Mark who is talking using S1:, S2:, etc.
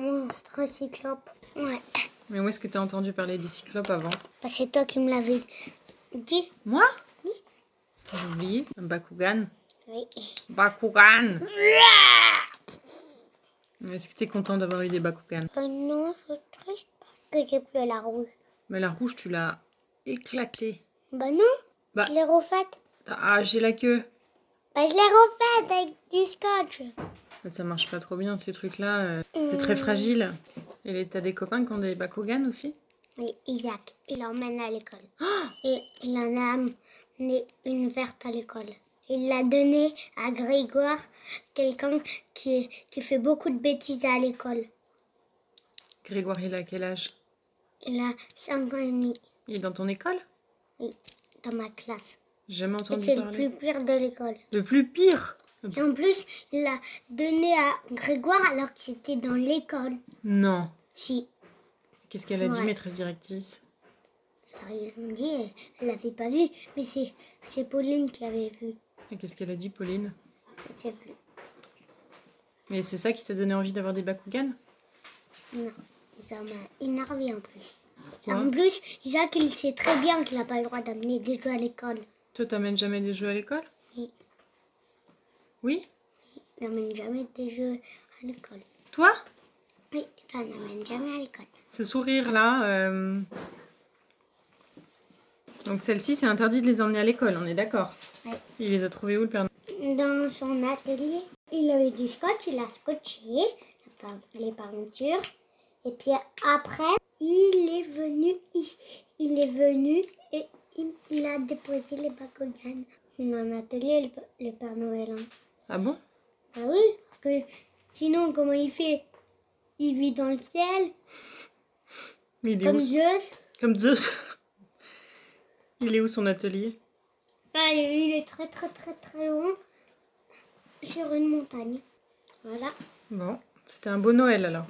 S1: monstre, un cyclope. Ouais.
S2: Mais où est-ce que t'as entendu parler des cyclopes avant
S1: Bah, c'est toi qui me l'avais dit.
S2: Moi J'ai oublié. Bakugan.
S1: Oui.
S2: Bakugan Est-ce que t'es content d'avoir eu des Bakugan
S1: Euh, non, je suis triste parce que j'ai plus la rose.
S2: Mais la rouge, tu l'as éclatée.
S1: Bah non,
S2: Bah.
S1: je l'ai refaite.
S2: T'as arraché la queue.
S1: Bah, je l'ai refaite avec du scotch.
S2: Ça marche pas trop bien ces trucs-là. euh, C'est très fragile. Et t'as des copains qui ont des Bakugan aussi
S1: Oui, Isaac, il l'emmène à l'école. Et il en a amené une verte à l'école. Il l'a donnée à Grégoire, quelqu'un qui, qui fait beaucoup de bêtises à l'école.
S2: Grégoire, il a quel âge
S1: Il a 5 ans et demi
S2: Il est dans ton école
S1: oui, dans ma classe.
S2: J'ai jamais
S1: Et
S2: entendu
S1: c'est le
S2: parler.
S1: plus pire de l'école.
S2: Le plus pire
S1: Et en plus, il l'a donné à Grégoire alors que c'était dans l'école.
S2: Non.
S1: Si,
S2: Qu'est-ce qu'elle a dit,
S1: Ouais.
S2: maîtresse directrice
S1: elle a rien dit, elle- elle l'avait pas vu, mais c'est c'est Pauline qui l'avait vu.
S2: Et qu'est-ce qu'elle a dit, Pauline
S1: Je sais plus.
S2: Mais c'est ça qui t'a donné envie d'avoir des Bakugan
S1: Non, ça m'a énervé en plus.
S2: Pourquoi
S1: en plus, Jacques, il sait très bien qu'il n'a pas le droit d'amener des jeux à l'école.
S2: Toi, t'amènes jamais des jeux à l'école
S1: Oui.
S2: Oui
S1: Il n'amène jamais des jeux à l'école.
S2: Toi
S1: Oui, ça n'amène jamais à l'école.
S2: Ce sourire-là. euh, Donc, celle-ci, c'est interdit de les emmener à l'école, on est d'accord
S1: Ouais.
S2: Il les a trouvés où, le Père Noël
S1: Dans son atelier, il avait du scotch, il a scotché la pein- les peintures. Et puis après, il est venu, il, il est venu et il, il a déposé les bacoganes. Dans un atelier, le, le Père Noël. hein.
S2: Ah bon
S1: Ah oui, parce que sinon, comment il fait Il vit dans le ciel,
S2: Mais il est
S1: comme
S2: où
S1: Zeus.
S2: Comme Zeus. Il est où son atelier
S1: Bah, il est très très très très loin, sur une montagne. Voilà.
S2: Bon, c'était un beau Noël alors.